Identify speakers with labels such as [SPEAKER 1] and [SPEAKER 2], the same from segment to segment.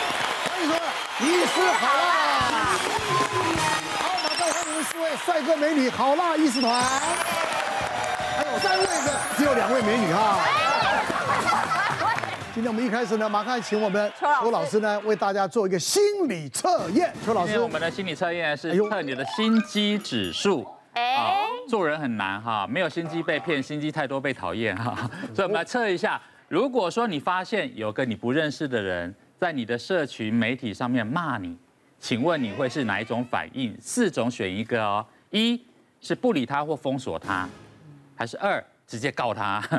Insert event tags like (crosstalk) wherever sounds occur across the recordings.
[SPEAKER 1] 以说一丝好辣。好，马上欢迎四位帅哥美女好辣一丝团。还有三位的只有两位美女啊。今天我们一开始呢，马上请我们
[SPEAKER 2] 邱老师
[SPEAKER 1] 邱老师呢为大家做一个心理测验。邱老
[SPEAKER 3] 今
[SPEAKER 1] 师，
[SPEAKER 3] 天我们的心理测验是
[SPEAKER 1] 哎呦
[SPEAKER 3] 测你的心机指数。
[SPEAKER 2] 哎，
[SPEAKER 3] 做人很难哈，没有心机被骗，心机太多被讨厌哈。 (laughs) 所以我们来测一下，如果说你发现有个你不认识的人在你的社群媒体上面骂你，请问你会是哪一种反应？四种选一个哦，一是不理他或封锁他，还是二直接告他， (laughs)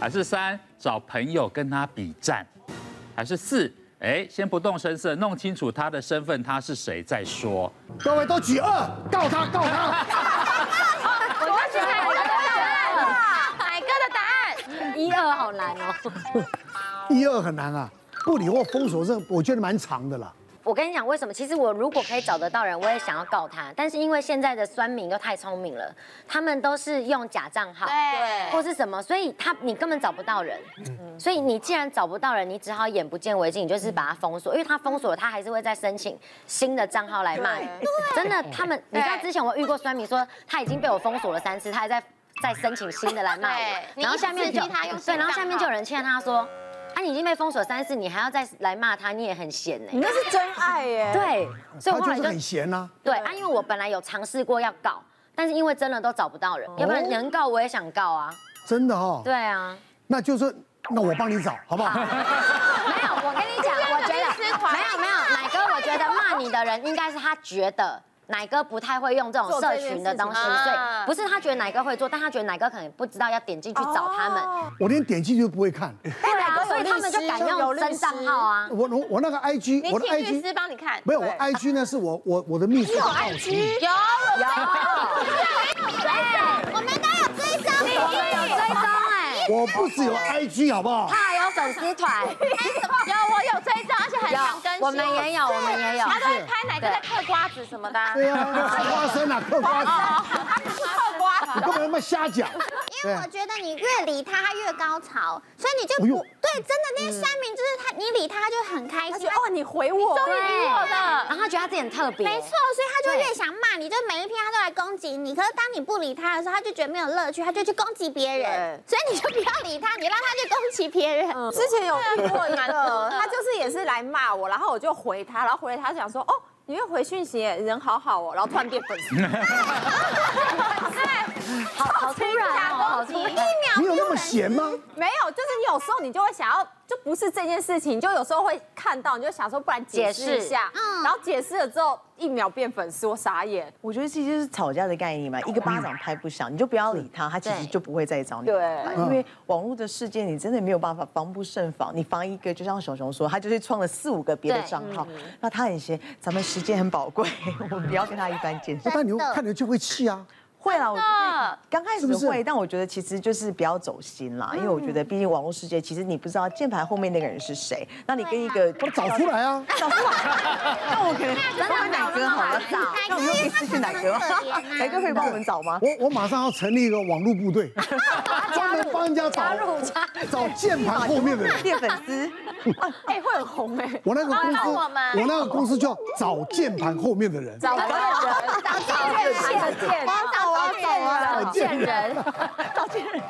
[SPEAKER 3] 还是三找朋友跟他比战，还是四哎先不动声色弄清楚他的身份他是谁再说。
[SPEAKER 1] 各位都举二，告他，告他。
[SPEAKER 2] 我要选海哥的答案，海哥的答案，一二好难哦。
[SPEAKER 1] 一二很难啊，不理或封锁这我觉得蛮长的啦。
[SPEAKER 4] 我跟你讲，为什么？其实我如果可以找得到人，我也想要告他。但是因为现在的酸民都太聪明了，他们都是用假账号，
[SPEAKER 2] 对
[SPEAKER 4] 或是什么，所以他你根本找不到人。所以你既然找不到人，你只好眼不见为净，你就是把他封锁，因为他封锁了，他还是会再申请新的账号来骂你。真的，他们你知道
[SPEAKER 2] 对
[SPEAKER 4] 之前我遇过酸民说他已经被我封锁了三次，他还在再申请新的来骂我，
[SPEAKER 2] 对
[SPEAKER 4] 然后下面就
[SPEAKER 2] 你一直刺激他用新
[SPEAKER 4] 对，然后下面
[SPEAKER 2] 账号
[SPEAKER 4] 就有人劝他说。啊，你已经被封锁三次，你还要再来骂他，你也很闲呢、
[SPEAKER 5] 你那是真爱耶！
[SPEAKER 4] 对，所以
[SPEAKER 1] 哦他
[SPEAKER 4] 我后
[SPEAKER 1] 就
[SPEAKER 4] 来
[SPEAKER 1] 是
[SPEAKER 4] 就
[SPEAKER 1] 很闲呐、
[SPEAKER 4] 对啊，因为我本来有尝试过要告，但是因为真的都找不到人，要不然能告我也想告啊。
[SPEAKER 1] 真的哦。
[SPEAKER 4] 对啊，
[SPEAKER 1] 那就是那我帮你找，好不好？
[SPEAKER 4] 没有，我跟你讲，我觉得没有没有，奶哥，我觉得骂你的人应该是他觉得。奶哥不太会用这种社群的东西，
[SPEAKER 2] 做这件事情
[SPEAKER 4] 所以
[SPEAKER 2] 啊
[SPEAKER 4] 不是他觉得奶哥会做，但他觉得奶哥可能不知道要点进去找他
[SPEAKER 5] 哦
[SPEAKER 4] 们，
[SPEAKER 1] 我连点进去都不会看。
[SPEAKER 4] 对啊，
[SPEAKER 5] 奶哥
[SPEAKER 4] 所
[SPEAKER 5] 有
[SPEAKER 4] 以他们就
[SPEAKER 5] 律师
[SPEAKER 4] 改
[SPEAKER 5] 有
[SPEAKER 4] 用
[SPEAKER 5] 律
[SPEAKER 4] 真
[SPEAKER 5] 师
[SPEAKER 4] 账号
[SPEAKER 1] (laughs)
[SPEAKER 4] 啊。
[SPEAKER 1] 我我我那个 IG，
[SPEAKER 2] 你
[SPEAKER 1] 我的
[SPEAKER 2] 请律
[SPEAKER 1] IG
[SPEAKER 2] 师帮你看。
[SPEAKER 1] 没有，我
[SPEAKER 2] 对
[SPEAKER 1] IG 呢是我我我的秘书。
[SPEAKER 5] 有 IG，
[SPEAKER 2] 有，我
[SPEAKER 4] 有，
[SPEAKER 2] 我们都有追踪你，
[SPEAKER 4] 我们有追踪哎，
[SPEAKER 1] 我不只有 IG 好不好
[SPEAKER 4] 他？还有粉丝团，
[SPEAKER 2] 有我有追踪，而且很常更新。
[SPEAKER 4] 有我们也有我们也有
[SPEAKER 2] 他都会拍哪个在嗑瓜子什么的啊。
[SPEAKER 1] 对呀、啊，嗑花生啊，嗑瓜子，
[SPEAKER 2] 嗑瓜子
[SPEAKER 1] 你根本他妈瞎讲。
[SPEAKER 6] 因为我觉得你越理他，他越高潮，所以你就不
[SPEAKER 1] 哎呦
[SPEAKER 6] 对，真的那些酸民就是他，你理他他就很开
[SPEAKER 5] 他
[SPEAKER 6] 心
[SPEAKER 5] 觉得，哦，你回我，
[SPEAKER 2] 终于赢我的
[SPEAKER 4] 然后他觉得他自己很特别，
[SPEAKER 6] 没错，所以他就越想骂你，就每一篇他都来攻击你。可是当你不理他的时候，他就觉得没有乐趣，他就去攻击别人，所以你就不要理他，你让他去攻击别人。
[SPEAKER 4] 嗯
[SPEAKER 5] (laughs) 之前有遇过一
[SPEAKER 2] 对啊
[SPEAKER 5] 个，他就是也是来骂我，然后我就回他，然后回他想说，哦，你又回讯息耶，人好好哦，然后突然变粉丝，
[SPEAKER 4] (laughs) 好好突然哦，
[SPEAKER 5] (laughs)
[SPEAKER 4] 好突然。
[SPEAKER 1] 你有那么闲吗？
[SPEAKER 5] 没有，就是你有时候你就会想要，就不是这件事情，你就有时候会看到，你就想说，不然解释一下，
[SPEAKER 6] 嗯
[SPEAKER 5] 然后解释了之后一秒变粉丝，我傻眼，
[SPEAKER 7] 我觉得这就是吵架的概念嘛，一个巴掌拍不响，你就不要理他，他其实就不会再找你麻烦。
[SPEAKER 1] 对
[SPEAKER 7] 因为网络的事件你真的没有办法防不胜防，你防一个，就像熊熊说，他就是创了四五个别的
[SPEAKER 4] 对
[SPEAKER 7] 账号，那他很闲，咱们时间很宝贵， (laughs) 我们不要跟他一般见识。
[SPEAKER 1] 但你又看着就会气啊。
[SPEAKER 7] 会啦，我觉得刚开
[SPEAKER 1] 是
[SPEAKER 7] 始
[SPEAKER 1] 不是
[SPEAKER 7] 会，但我觉得其实就是不要走心啦，因为我觉得毕竟网络世界，其实你不知道键盘后面那个人是谁，那你跟一个
[SPEAKER 1] 我找出来啊！
[SPEAKER 7] 找出来，啊那我可能帮我奶哥好了，
[SPEAKER 4] 真的好
[SPEAKER 7] 那我们又可以私讯奶哥吗
[SPEAKER 6] 奶哥很
[SPEAKER 7] (laughs)
[SPEAKER 6] 可怜啊，
[SPEAKER 7] 奶哥可以帮我们找吗？
[SPEAKER 1] 我我马上要成立一个网络部队，专门帮人家找找键盘后面的人。
[SPEAKER 7] (laughs) 变粉丝，
[SPEAKER 5] 哎，会很红哎，
[SPEAKER 1] 我那个公司，
[SPEAKER 2] 帮我们
[SPEAKER 1] 那个公司叫找键盘后面的人，
[SPEAKER 5] 找到
[SPEAKER 4] (laughs)
[SPEAKER 5] 人，找到人，见，
[SPEAKER 6] 找我
[SPEAKER 1] 找
[SPEAKER 4] (laughs)
[SPEAKER 1] 键人。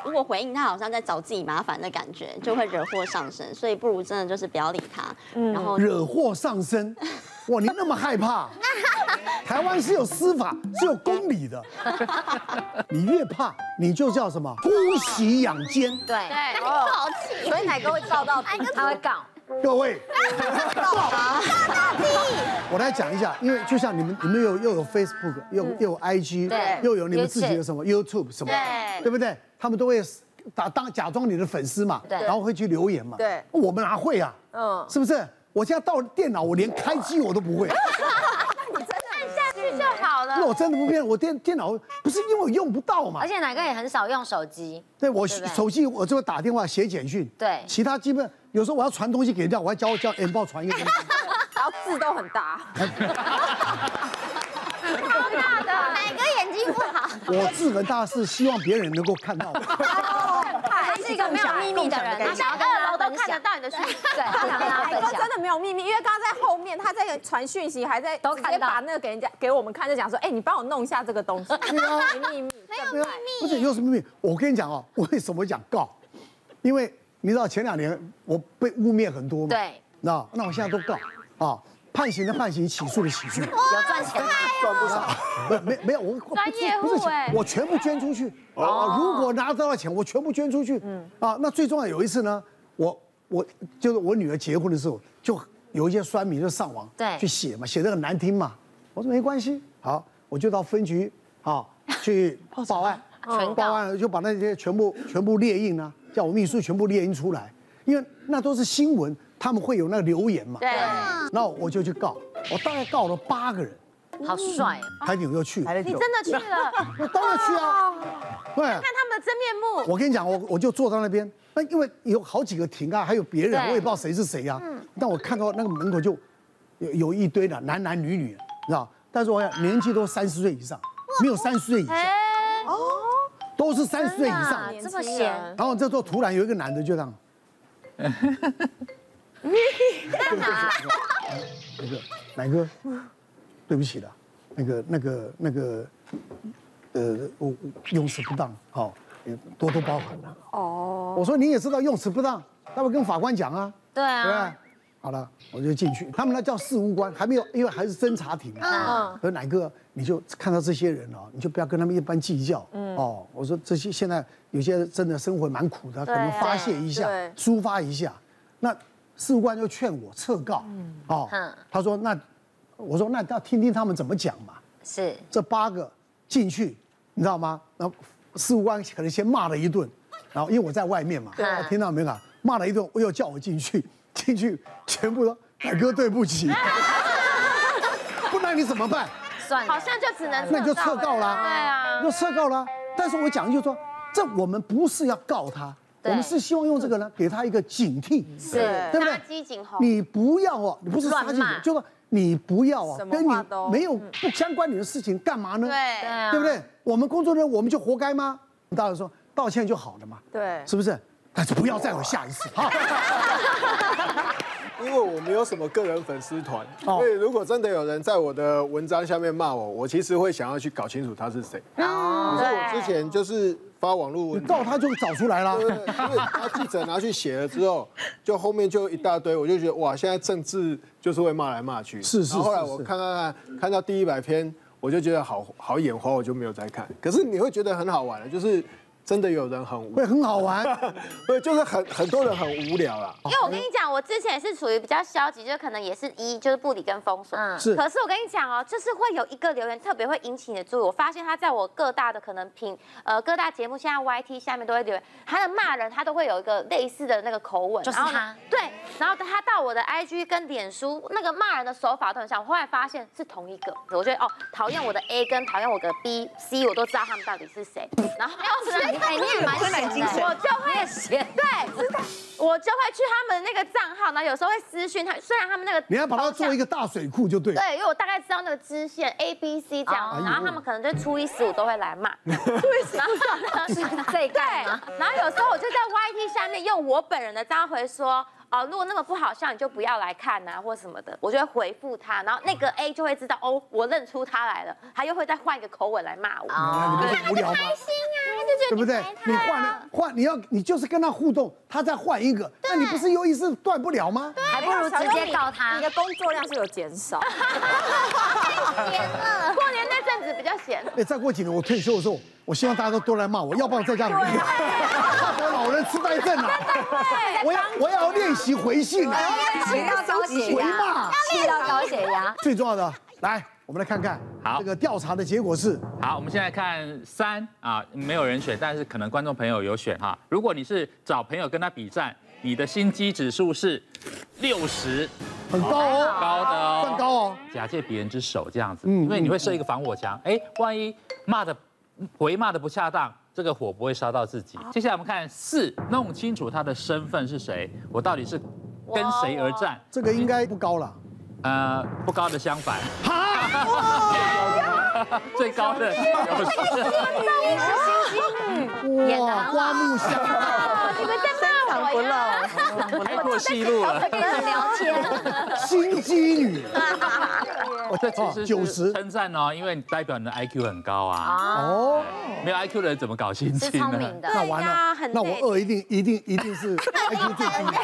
[SPEAKER 8] 如果回应他，好像在找自己麻烦的感觉，就会惹祸上身，所以不如真的就是不要理他。
[SPEAKER 6] 嗯
[SPEAKER 8] 然后
[SPEAKER 1] 惹祸上身。哇，你那么害怕？台湾是有司法，是有公理的。你越怕，你就叫什么？姑息养奸。
[SPEAKER 4] 对，
[SPEAKER 2] 对，
[SPEAKER 6] 好气，
[SPEAKER 5] 所以奶哥会照到
[SPEAKER 4] 他会告。
[SPEAKER 1] 各位，我来讲一下，因为就像你们，你们有又有 Facebook，又有又有 IG，
[SPEAKER 4] 对
[SPEAKER 1] 又有你们自己的什么 YouTube 什么的，
[SPEAKER 2] 对
[SPEAKER 1] 对不对？他们都会打当假装你的粉丝嘛，
[SPEAKER 4] 对
[SPEAKER 1] 然后会去留言嘛。
[SPEAKER 5] 对
[SPEAKER 1] 我们哪会啊？
[SPEAKER 5] 嗯
[SPEAKER 1] 是不是？我现在到电脑，我连开机我都不会。
[SPEAKER 2] 按下去就
[SPEAKER 8] 哦
[SPEAKER 2] 好了
[SPEAKER 1] 那。我真的不骗你，我电电脑不是因为我用不到嘛
[SPEAKER 4] 而，且奶哥也很少用手机，
[SPEAKER 1] 对我
[SPEAKER 4] 对不对
[SPEAKER 1] 手机我就会打电话写简讯，
[SPEAKER 4] 对
[SPEAKER 1] 其他基本有时候我要传东西给人家，我还教教 M 报传一个
[SPEAKER 4] (laughs)
[SPEAKER 1] 东西，
[SPEAKER 5] 然后字都很大，
[SPEAKER 6] 哪个眼睛不好？
[SPEAKER 4] (laughs)
[SPEAKER 1] 我字很大是希望别人能够看到我，
[SPEAKER 5] 他
[SPEAKER 2] 是一个没有秘密的人，他想要跟大
[SPEAKER 4] 啊
[SPEAKER 2] 家分享，
[SPEAKER 4] 到你的讯息，对，
[SPEAKER 2] 他想跟大家
[SPEAKER 5] 海
[SPEAKER 2] 分
[SPEAKER 5] 哥
[SPEAKER 2] 享
[SPEAKER 5] 哎真。的没有秘密，因为刚刚在后面他在传讯息，还在
[SPEAKER 2] 都
[SPEAKER 5] 直
[SPEAKER 2] 看
[SPEAKER 5] 接
[SPEAKER 2] 到
[SPEAKER 5] 把那个给人家给我们看，就讲说，哎，你帮我弄一下这个东西，没秘密，
[SPEAKER 1] 对啊，不是有什么秘密？我跟你讲哦，为什么讲告？因为你知道前两年我被污蔑很多嘛，
[SPEAKER 4] 对，
[SPEAKER 1] 那那我现在都告啊，判刑的判刑，起诉的起诉，
[SPEAKER 4] 有赚钱吗？
[SPEAKER 1] 不是没没有我我不
[SPEAKER 2] 专业户
[SPEAKER 1] 不是钱
[SPEAKER 2] 哎
[SPEAKER 1] 我全部捐出去啊！如果拿得到钱，我全部捐出去。嗯啊，那最重要有一次呢，我我就是我女儿结婚的时候，就有一些酸民就上网
[SPEAKER 4] 对
[SPEAKER 1] 去写嘛，写的很难听嘛。我说没关系，好，我就到分局啊去报案，
[SPEAKER 4] 全
[SPEAKER 1] 报
[SPEAKER 4] 告。
[SPEAKER 1] 案了就把那些全部全部列印啊，叫我秘书全部列印出来，因为那都是新闻，他们会有那个留言嘛。
[SPEAKER 2] 对，
[SPEAKER 1] 那我就去告，我大概告了八个人，
[SPEAKER 4] 好帅哦，
[SPEAKER 1] 海景又去了
[SPEAKER 7] 排。了
[SPEAKER 2] 你
[SPEAKER 7] 久，
[SPEAKER 2] 真的去了，
[SPEAKER 1] 我当然去啊。
[SPEAKER 2] 哦
[SPEAKER 1] 对，
[SPEAKER 2] 看他们的真面目。
[SPEAKER 1] 我跟你讲，我我就坐在那边，那因为有好几个庭啊，还有别人，
[SPEAKER 2] 对嗯
[SPEAKER 1] 我也不知道谁是谁啊。但我看到那个门口就有有一堆的男男女女，你知道？但是我想年纪都三十岁以上，没有三十岁以下，
[SPEAKER 2] 哎，啊
[SPEAKER 1] 都是三十岁以上。
[SPEAKER 4] 这么闲，
[SPEAKER 1] 然后这时候突然有一个男的就这样，那个奶哥，对不起了，那个那个那个，呃，我我用词不当，好、多多包涵了。哦，我说你也知道用词不当，待会跟法官讲啊，
[SPEAKER 4] 对
[SPEAKER 1] 对不对
[SPEAKER 4] 啊，？
[SPEAKER 1] 好了，我就进去，他们那叫事务官，还没有，因为还是侦查庭。嗯，可是奶哥，你就看到这些人哦，你就不要跟他们一般计较。哦，我说这些现在有些真的生活蛮苦的，可能发泄一下
[SPEAKER 5] 对，
[SPEAKER 1] 抒发一下。那事务官就劝我撤告。哦
[SPEAKER 4] 嗯，
[SPEAKER 1] 他说那，我说那要听听他们怎么讲嘛。
[SPEAKER 4] 是
[SPEAKER 1] 这八个进去，你知道吗？然后事务官可能先骂了一顿，然后因为我在外面嘛，我听到没有啊？骂了一顿，我又叫我进去，进去全部说海哥对不起， (laughs) 不然你怎么办？
[SPEAKER 4] 算
[SPEAKER 2] (laughs)
[SPEAKER 4] 了，
[SPEAKER 2] 好像就只能
[SPEAKER 1] 那你就撤告啦，
[SPEAKER 2] 对啊
[SPEAKER 1] 就撤告啦。但是我讲就是说，这我们不是要告他，我
[SPEAKER 4] 对
[SPEAKER 1] 们是希望用这个呢给他一个警惕，
[SPEAKER 4] 是
[SPEAKER 1] 对不对？
[SPEAKER 8] 鸡儆猴
[SPEAKER 1] 你不要哦，你不是杀
[SPEAKER 4] 乱
[SPEAKER 1] 鸡
[SPEAKER 4] 骂
[SPEAKER 1] 儆，就说你不要啊
[SPEAKER 5] 什，么
[SPEAKER 1] 跟你
[SPEAKER 5] 话都
[SPEAKER 1] 没有不相关你的事情干嘛呢？
[SPEAKER 4] 对
[SPEAKER 5] 对
[SPEAKER 4] 啊，
[SPEAKER 1] 对不？对？我们工作人员我们就活该吗？你当然说道歉就好了嘛，
[SPEAKER 5] 对
[SPEAKER 1] 是不是？但是不要再有下一次哈。
[SPEAKER 9] 因为我没有什么个人粉丝团，
[SPEAKER 1] 哦
[SPEAKER 9] 所以如果真的有人在我的文章下面骂我，我其实会想要去搞清楚他是谁。可是我之前就是发网络
[SPEAKER 1] 你
[SPEAKER 9] 文章，
[SPEAKER 1] 告他就找出来啦
[SPEAKER 9] 对。对对因为他记者拿去写了之后，就后面就一大堆，我就觉得哇，现在政治就是会骂来骂去。
[SPEAKER 1] 是是
[SPEAKER 9] 然后后来
[SPEAKER 1] 是
[SPEAKER 9] 我
[SPEAKER 1] 是
[SPEAKER 9] 看看看，看到第一百篇，我就觉得好好眼花，我就没有再看。可是你会觉得很好玩的，就是真的有人很无
[SPEAKER 1] 会，很好玩，
[SPEAKER 9] 对，就是很很多人很无聊啦。
[SPEAKER 8] 因为我跟你讲，我之前也是处于比较消极，就可能也是一就是不理跟封锁。
[SPEAKER 4] 嗯
[SPEAKER 1] 是
[SPEAKER 8] 可是我跟你讲哦，就是会有一个留言特别会引起你的注意。我发现他在我各大的可能评呃各大节目，现在 YT 下面都会留言，他的骂人他都会有一个类似的那个口吻，
[SPEAKER 4] 就是
[SPEAKER 8] 然后呢
[SPEAKER 4] 他
[SPEAKER 8] 对，然后他到我的 IG 跟脸书那个骂人的手法都很像。我后来发现是同一个，我觉得哦，讨厌我的 A 跟讨厌我的 B、C，我都知道他们到底是谁。然后 (laughs) 要是哎，你也蛮闲的，我就会闲，对，我就会去他们那个账号，然后有时候会私讯他，虽然他们那个
[SPEAKER 1] 你要把它做一个
[SPEAKER 8] 个。
[SPEAKER 1] 大水库就对了。
[SPEAKER 8] 对，因为我大概知道那个支线 A、B、C 这
[SPEAKER 1] 啊哎
[SPEAKER 8] 样，然后他们可能就初一十五都会
[SPEAKER 1] (laughs)
[SPEAKER 8] 来骂，初一
[SPEAKER 4] (laughs)
[SPEAKER 8] 十五呢，对，然后有时候我就在 YT 下面用我本人的账号回说。哦，如果那么不好笑，你就不要来看呐、或什么的，我就会回复他，然后那
[SPEAKER 1] 啊
[SPEAKER 8] 个 A 就会知道哦，我认出他来了，他又会再换一个口吻来骂我。
[SPEAKER 1] 啊，你不是无聊吗？对不对？你换了换，你要你就是跟他互动，他再换一个，那你不是又一直断不了吗？
[SPEAKER 4] 还不如直接告他
[SPEAKER 5] 你。的工作量是有减少，
[SPEAKER 8] 过年那阵子比较闲，
[SPEAKER 1] 哎，再过几年我退休的时候，我希望大家都多来骂我，要不然在家里面， (laughs) 我老人痴呆症啊！我要我要练习回信啊，
[SPEAKER 5] 不要着
[SPEAKER 1] 回骂。
[SPEAKER 4] 气到高血压，
[SPEAKER 1] (laughs) 最重要的，来，我们来看看，
[SPEAKER 3] 好
[SPEAKER 1] 这个调查的结果是，
[SPEAKER 3] 好，我们现在看三啊，没有人选，但是可能观众朋友有选哈。如果你是找朋友跟他比战，你的心机指数是六十，
[SPEAKER 1] 很高哦，
[SPEAKER 3] 高的哦，
[SPEAKER 1] 算高哦。
[SPEAKER 3] 假借别人之手这样子，
[SPEAKER 1] 嗯
[SPEAKER 3] 因为你会设一个防火墙，哎，万一骂的回骂的不恰当，这个火不会烧到自己。接下来我们看四，弄清楚他的身份是谁，我到底是跟谁而战？
[SPEAKER 1] 这个应该不高了。
[SPEAKER 3] 呃不高的相反，
[SPEAKER 1] 哈，
[SPEAKER 3] 最高的有
[SPEAKER 4] 演得
[SPEAKER 8] 啊
[SPEAKER 1] 哇，
[SPEAKER 4] 好
[SPEAKER 1] 刮目相看，
[SPEAKER 8] 你们在骂我呀？
[SPEAKER 3] 开拓戏路了。 (laughs)
[SPEAKER 4] 跟你们聊天，
[SPEAKER 1] 心机女，哦
[SPEAKER 3] 这其实是
[SPEAKER 1] 90
[SPEAKER 3] 称赞哦，因为你代表你的 IQ 很高啊。
[SPEAKER 1] 哦，
[SPEAKER 3] 没有 IQ 的人怎么搞心
[SPEAKER 4] 是
[SPEAKER 3] 机
[SPEAKER 4] 聪
[SPEAKER 3] 呢？
[SPEAKER 4] 明的。
[SPEAKER 1] 那完
[SPEAKER 8] 呀
[SPEAKER 1] 了
[SPEAKER 8] 很，
[SPEAKER 1] 那
[SPEAKER 8] 累
[SPEAKER 1] 我二一定一定一定
[SPEAKER 8] (laughs)
[SPEAKER 1] 是 IQ 最低的，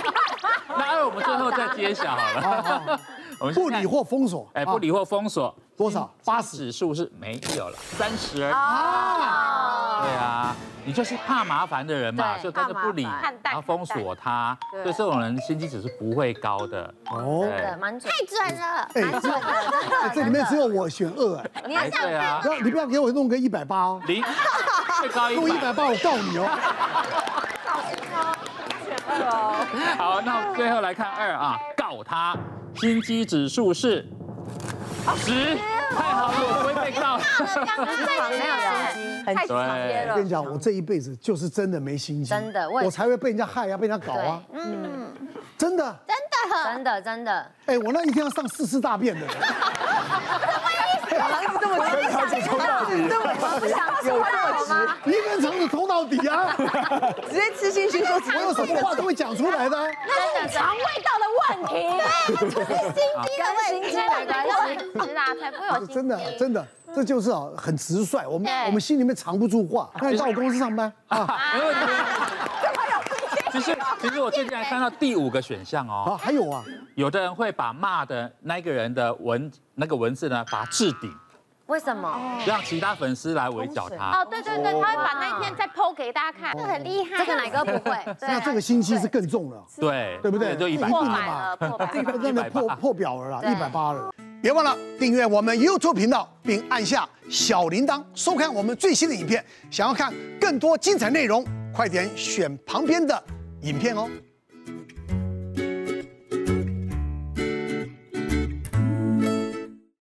[SPEAKER 3] (laughs) 那哎二我们最后再揭晓好了。我们先
[SPEAKER 1] 不
[SPEAKER 3] 看
[SPEAKER 1] 理或封锁，
[SPEAKER 3] 哎不
[SPEAKER 1] 啊
[SPEAKER 3] 理或封锁
[SPEAKER 1] 多少八十，
[SPEAKER 3] 指数是没有了，三十啊。
[SPEAKER 5] 哦
[SPEAKER 3] 对啊，你就是怕麻烦的人嘛，
[SPEAKER 4] 对
[SPEAKER 3] 所以他就不理，
[SPEAKER 5] 怕麻
[SPEAKER 8] 烦
[SPEAKER 3] 然后封锁他，
[SPEAKER 5] 对
[SPEAKER 3] 所以这种人心机指数不会高的。
[SPEAKER 1] 哦
[SPEAKER 3] 对
[SPEAKER 4] 对，蛮准。
[SPEAKER 6] 太准了，
[SPEAKER 1] 哎，这哎这里面只有我选二，
[SPEAKER 3] (laughs)
[SPEAKER 1] 哎，
[SPEAKER 3] 哎对啊
[SPEAKER 1] 不，要你不要给我弄个一百八哦，
[SPEAKER 3] 零最高
[SPEAKER 1] 弄一
[SPEAKER 3] 一
[SPEAKER 1] 百
[SPEAKER 3] 百。
[SPEAKER 1] 八我告你哦。
[SPEAKER 3] 好，那我们最后来看二啊，告他心机指数是十，太好了，我不会被告。
[SPEAKER 4] 没有心机，
[SPEAKER 7] 很
[SPEAKER 8] 太强烈
[SPEAKER 1] 我
[SPEAKER 8] 了
[SPEAKER 1] 跟。你讲，我这一辈子就是真的没心机，
[SPEAKER 4] 真的我也
[SPEAKER 1] 我才会被人家害呀，被人家搞啊，嗯，真的，
[SPEAKER 4] 真的真的。
[SPEAKER 1] 哎，我那一天要上四次大便的， (laughs)
[SPEAKER 7] 肠子这么直，肠子这么直，有这么
[SPEAKER 1] 一根肠子通到底
[SPEAKER 4] (laughs)
[SPEAKER 1] 啊，
[SPEAKER 7] 直，直接吃进去说
[SPEAKER 1] 我有什么话都会讲出来的啊，
[SPEAKER 4] (laughs)
[SPEAKER 8] 那是肠胃道的问题，
[SPEAKER 4] 跟心机
[SPEAKER 8] 啊
[SPEAKER 4] 没关系，
[SPEAKER 8] 是啦，才不会有心机
[SPEAKER 1] 哦真的真的，这就是啊，很直率，我们我们心里面藏不住话。那你到我公司上班啊，
[SPEAKER 3] 没问题。其实，其实我最近还看到第五个选项哦，
[SPEAKER 1] 好，还有啊，
[SPEAKER 3] 有的人会把骂的那个人的文那个文字呢，把它置顶，
[SPEAKER 4] 为什么？
[SPEAKER 3] 让其他粉丝来围剿他
[SPEAKER 8] (laughs) 哦，。对对对，他会把那一片再剖给大家看，这很厉害。
[SPEAKER 4] 这个奶哥不
[SPEAKER 8] (laughs)
[SPEAKER 4] 会，
[SPEAKER 1] 那这个心机是更重了，
[SPEAKER 3] 对，
[SPEAKER 1] 哦对不对？
[SPEAKER 3] 就一百
[SPEAKER 1] 定
[SPEAKER 8] 破
[SPEAKER 1] 的
[SPEAKER 8] 百
[SPEAKER 1] 嘛
[SPEAKER 8] 了，破百了。
[SPEAKER 1] 这个真的破
[SPEAKER 3] 180
[SPEAKER 1] 破表了啦，一百八了。别忘了订阅我们 YouTube 频道，并按下小铃铛，收看我们最新的影片。想要看更多精彩内容，快点选旁边的影片哦。